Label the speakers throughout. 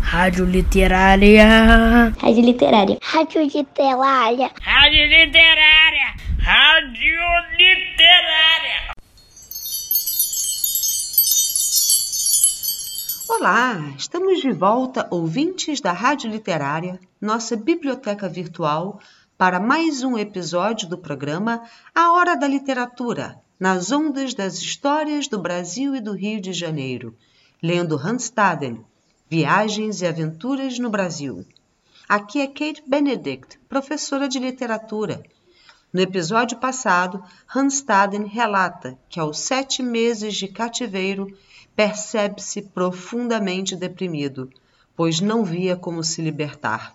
Speaker 1: Rádio Literária.
Speaker 2: Rádio Literária. Rádio Literária.
Speaker 1: Rádio Literária. Rádio Literária.
Speaker 3: Olá, estamos de volta, ouvintes da Rádio Literária, nossa biblioteca virtual, para mais um episódio do programa A Hora da Literatura, nas ondas das histórias do Brasil e do Rio de Janeiro, lendo Randstaden, Viagens e Aventuras no Brasil. Aqui é Kate Benedict, professora de literatura. No episódio passado, Randstaden relata que aos sete meses de cativeiro percebe-se profundamente deprimido, pois não via como se libertar.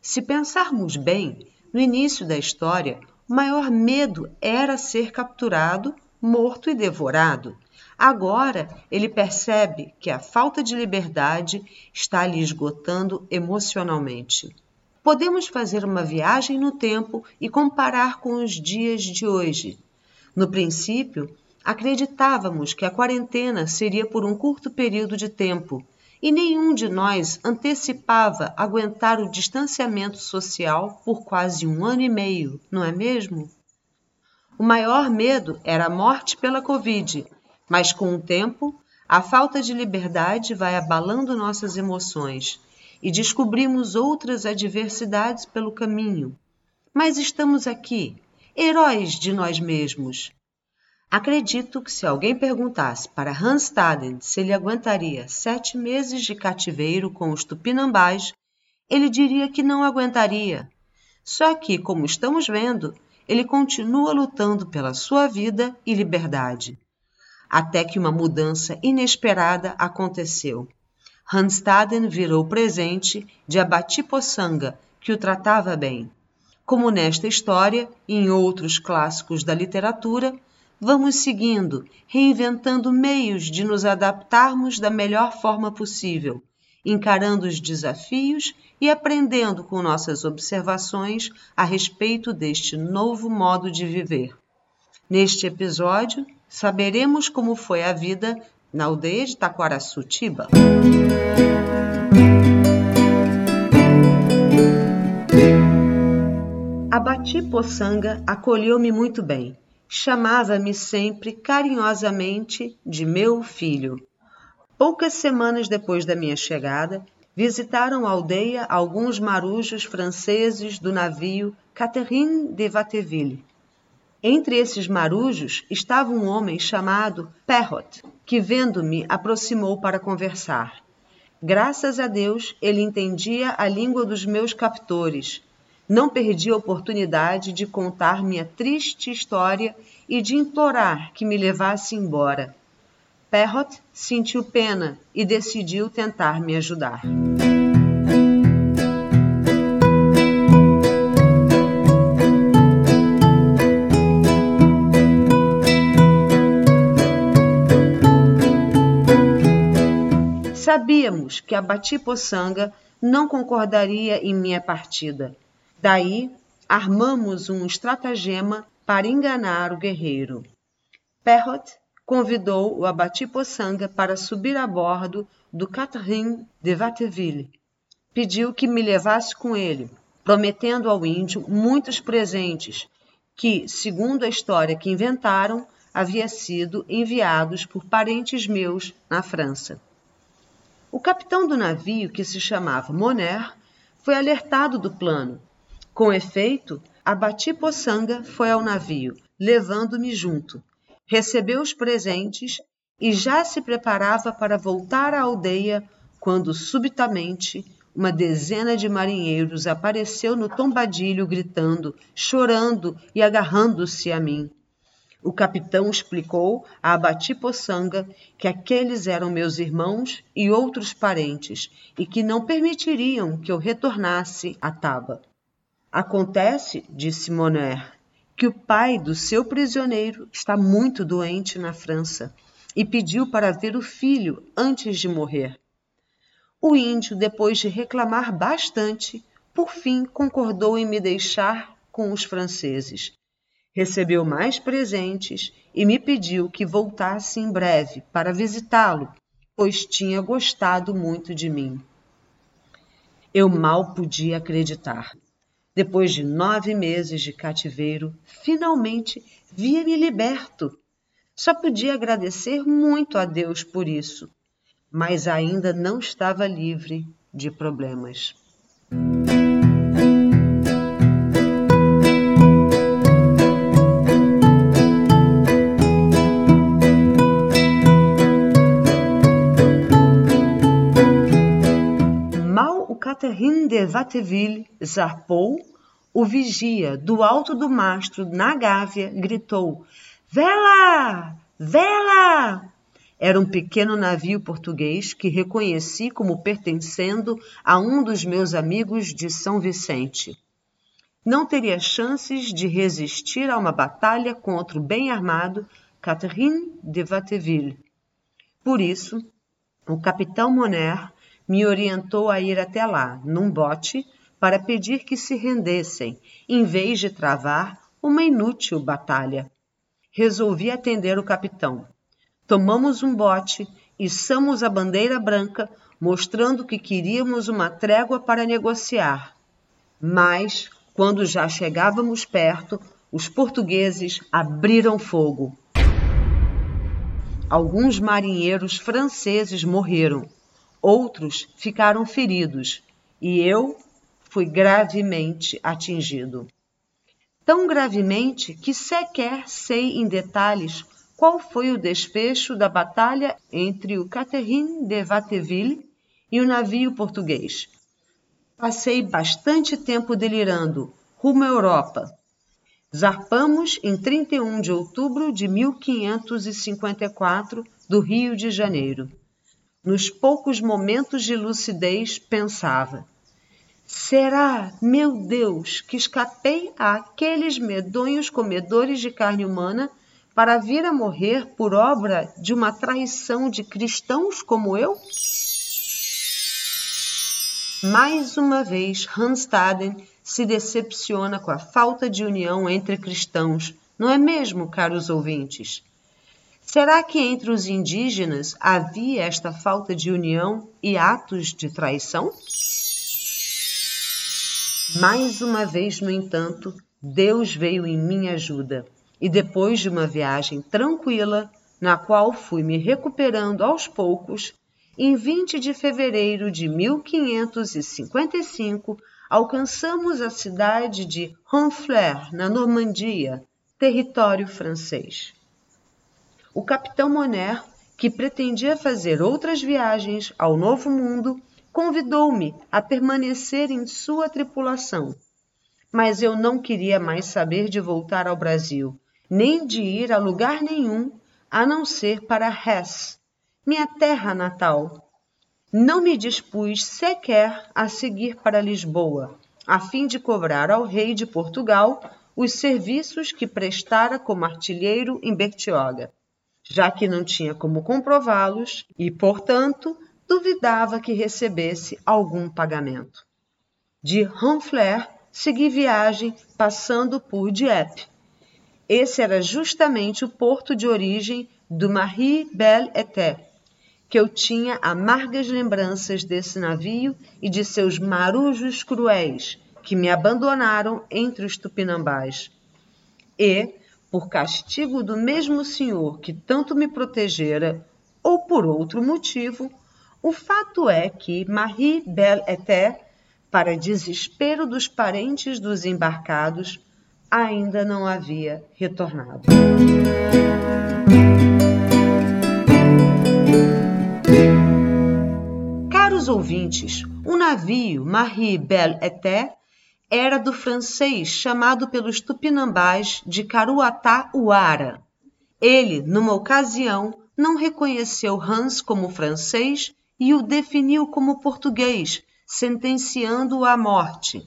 Speaker 3: Se pensarmos bem, no início da história, o maior medo era ser capturado, morto e devorado. Agora ele percebe que a falta de liberdade está lhe esgotando emocionalmente. Podemos fazer uma viagem no tempo e comparar com os dias de hoje. No princípio, acreditávamos que a quarentena seria por um curto período de tempo e nenhum de nós antecipava aguentar o distanciamento social por quase um ano e meio, não é mesmo? O maior medo era a morte pela Covid, mas com o tempo, a falta de liberdade vai abalando nossas emoções e descobrimos outras adversidades pelo caminho. Mas estamos aqui, heróis de nós mesmos. Acredito que se alguém perguntasse para Hans Staden se ele aguentaria sete meses de cativeiro com os tupinambás, ele diria que não aguentaria. Só que, como estamos vendo, ele continua lutando pela sua vida e liberdade. Até que uma mudança inesperada aconteceu. Hans Staden virou presente de Abati Poçanga, que o tratava bem. Como nesta história e em outros clássicos da literatura, vamos seguindo, reinventando meios de nos adaptarmos da melhor forma possível, encarando os desafios e aprendendo com nossas observações a respeito deste novo modo de viver. Neste episódio, saberemos como foi a vida na aldeia de Taquaraçutiba. Abati Poçanga acolheu-me muito bem chamava-me sempre carinhosamente de meu filho. Poucas semanas depois da minha chegada, visitaram a aldeia alguns marujos franceses do navio Catherine de Vatteville. Entre esses marujos estava um homem chamado Perrot, que vendo-me aproximou para conversar. Graças a Deus, ele entendia a língua dos meus captores não perdi a oportunidade de contar minha triste história e de implorar que me levasse embora. Perrot sentiu pena e decidiu tentar me ajudar. Sabíamos que a Batipoçanga não concordaria em minha partida. Daí, armamos um estratagema para enganar o guerreiro. Perrot convidou o Abati Poçanga para subir a bordo do Catherine de Vatteville. Pediu que me levasse com ele, prometendo ao índio muitos presentes que, segundo a história que inventaram, havia sido enviados por parentes meus na França. O capitão do navio, que se chamava Moner, foi alertado do plano com efeito, Abati Poçanga foi ao navio, levando-me junto. Recebeu os presentes e já se preparava para voltar à aldeia quando, subitamente, uma dezena de marinheiros apareceu no tombadilho gritando, chorando e agarrando-se a mim. O capitão explicou a Abati Poçanga que aqueles eram meus irmãos e outros parentes e que não permitiriam que eu retornasse à Taba. Acontece, disse Moner, que o pai do seu prisioneiro está muito doente na França e pediu para ver o filho antes de morrer. O índio, depois de reclamar bastante, por fim concordou em me deixar com os franceses. Recebeu mais presentes e me pediu que voltasse em breve para visitá-lo, pois tinha gostado muito de mim. Eu mal podia acreditar. Depois de nove meses de cativeiro, finalmente via-me liberto. Só podia agradecer muito a Deus por isso, mas ainda não estava livre de problemas. Mal o Catherine de Vatteville zarpou, o vigia do alto do mastro na gávea gritou: Vela! Vela! Era um pequeno navio português que reconheci como pertencendo a um dos meus amigos de São Vicente. Não teria chances de resistir a uma batalha contra o bem armado Catherine de Vatteville. Por isso, o capitão Moner me orientou a ir até lá, num bote, para pedir que se rendessem, em vez de travar uma inútil batalha. Resolvi atender o capitão. Tomamos um bote, içamos a bandeira branca, mostrando que queríamos uma trégua para negociar. Mas, quando já chegávamos perto, os portugueses abriram fogo. Alguns marinheiros franceses morreram, outros ficaram feridos e eu fui gravemente atingido. Tão gravemente que sequer sei em detalhes qual foi o desfecho da batalha entre o Catherine de Vatteville e o navio português. Passei bastante tempo delirando, rumo à Europa. Zarpamos em 31 de outubro de 1554 do Rio de Janeiro. Nos poucos momentos de lucidez, pensava: será, meu Deus, que escapei àqueles medonhos comedores de carne humana para vir a morrer por obra de uma traição de cristãos como eu? Mais uma vez, Hanstaden se decepciona com a falta de união entre cristãos, não é mesmo, caros ouvintes? Será que entre os indígenas havia esta falta de união e atos de traição? Mais uma vez, no entanto, Deus veio em minha ajuda, e depois de uma viagem tranquila, na qual fui me recuperando aos poucos, em 20 de fevereiro de 1555, alcançamos a cidade de Honfleur, na Normandia, território francês. O capitão Moner, que pretendia fazer outras viagens ao Novo Mundo, convidou-me a permanecer em sua tripulação. Mas eu não queria mais saber de voltar ao Brasil, nem de ir a lugar nenhum, a não ser para Hesse, minha terra natal. Não me dispus sequer a seguir para Lisboa, a fim de cobrar ao rei de Portugal os serviços que prestara como artilheiro em Bertioga já que não tinha como comprová-los e, portanto, duvidava que recebesse algum pagamento. De Honfleur, segui viagem passando por Dieppe. Esse era justamente o porto de origem do Marie Belle Ete, que eu tinha amargas lembranças desse navio e de seus marujos cruéis, que me abandonaram entre os tupinambás e, por castigo do mesmo senhor que tanto me protegera, ou por outro motivo, o fato é que Marie Belle Ete, para desespero dos parentes dos embarcados, ainda não havia retornado. Caros ouvintes, o navio Marie Belle Ete era do francês chamado pelos tupinambás de Caruatá Uara. Ele, numa ocasião, não reconheceu Hans como francês e o definiu como português, sentenciando-o à morte.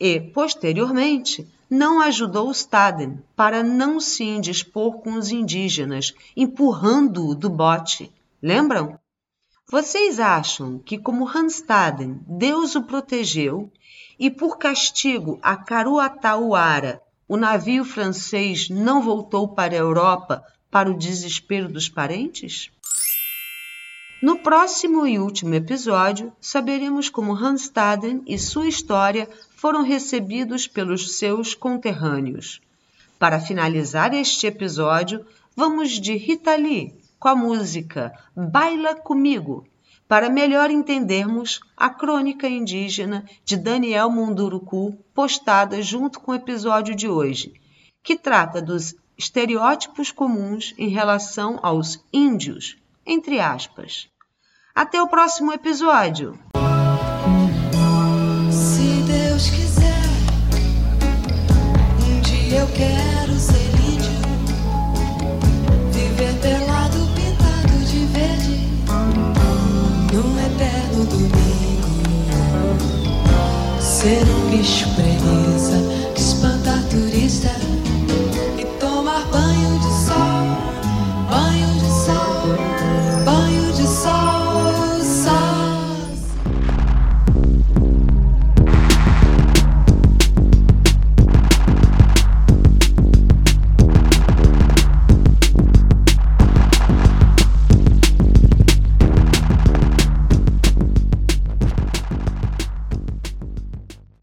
Speaker 3: E, posteriormente, não ajudou Staden para não se indispor com os indígenas, empurrando-o do bote. Lembram? Vocês acham que, como Hanstaden, Deus o protegeu e, por castigo a Caruatauara, o navio francês não voltou para a Europa para o desespero dos parentes? No próximo e último episódio, saberemos como Hanstaden e sua história foram recebidos pelos seus conterrâneos. Para finalizar este episódio, vamos de Rita Lee com a música Baila Comigo, para melhor entendermos a crônica indígena de Daniel Munduruku, postada junto com o episódio de hoje, que trata dos estereótipos comuns em relação aos índios, entre aspas. Até o próximo episódio!
Speaker 4: Se Deus quiser, um dia eu quero ser índio, viver pelado, pintado de verde, é num eterno domingo, ser um bicho preto.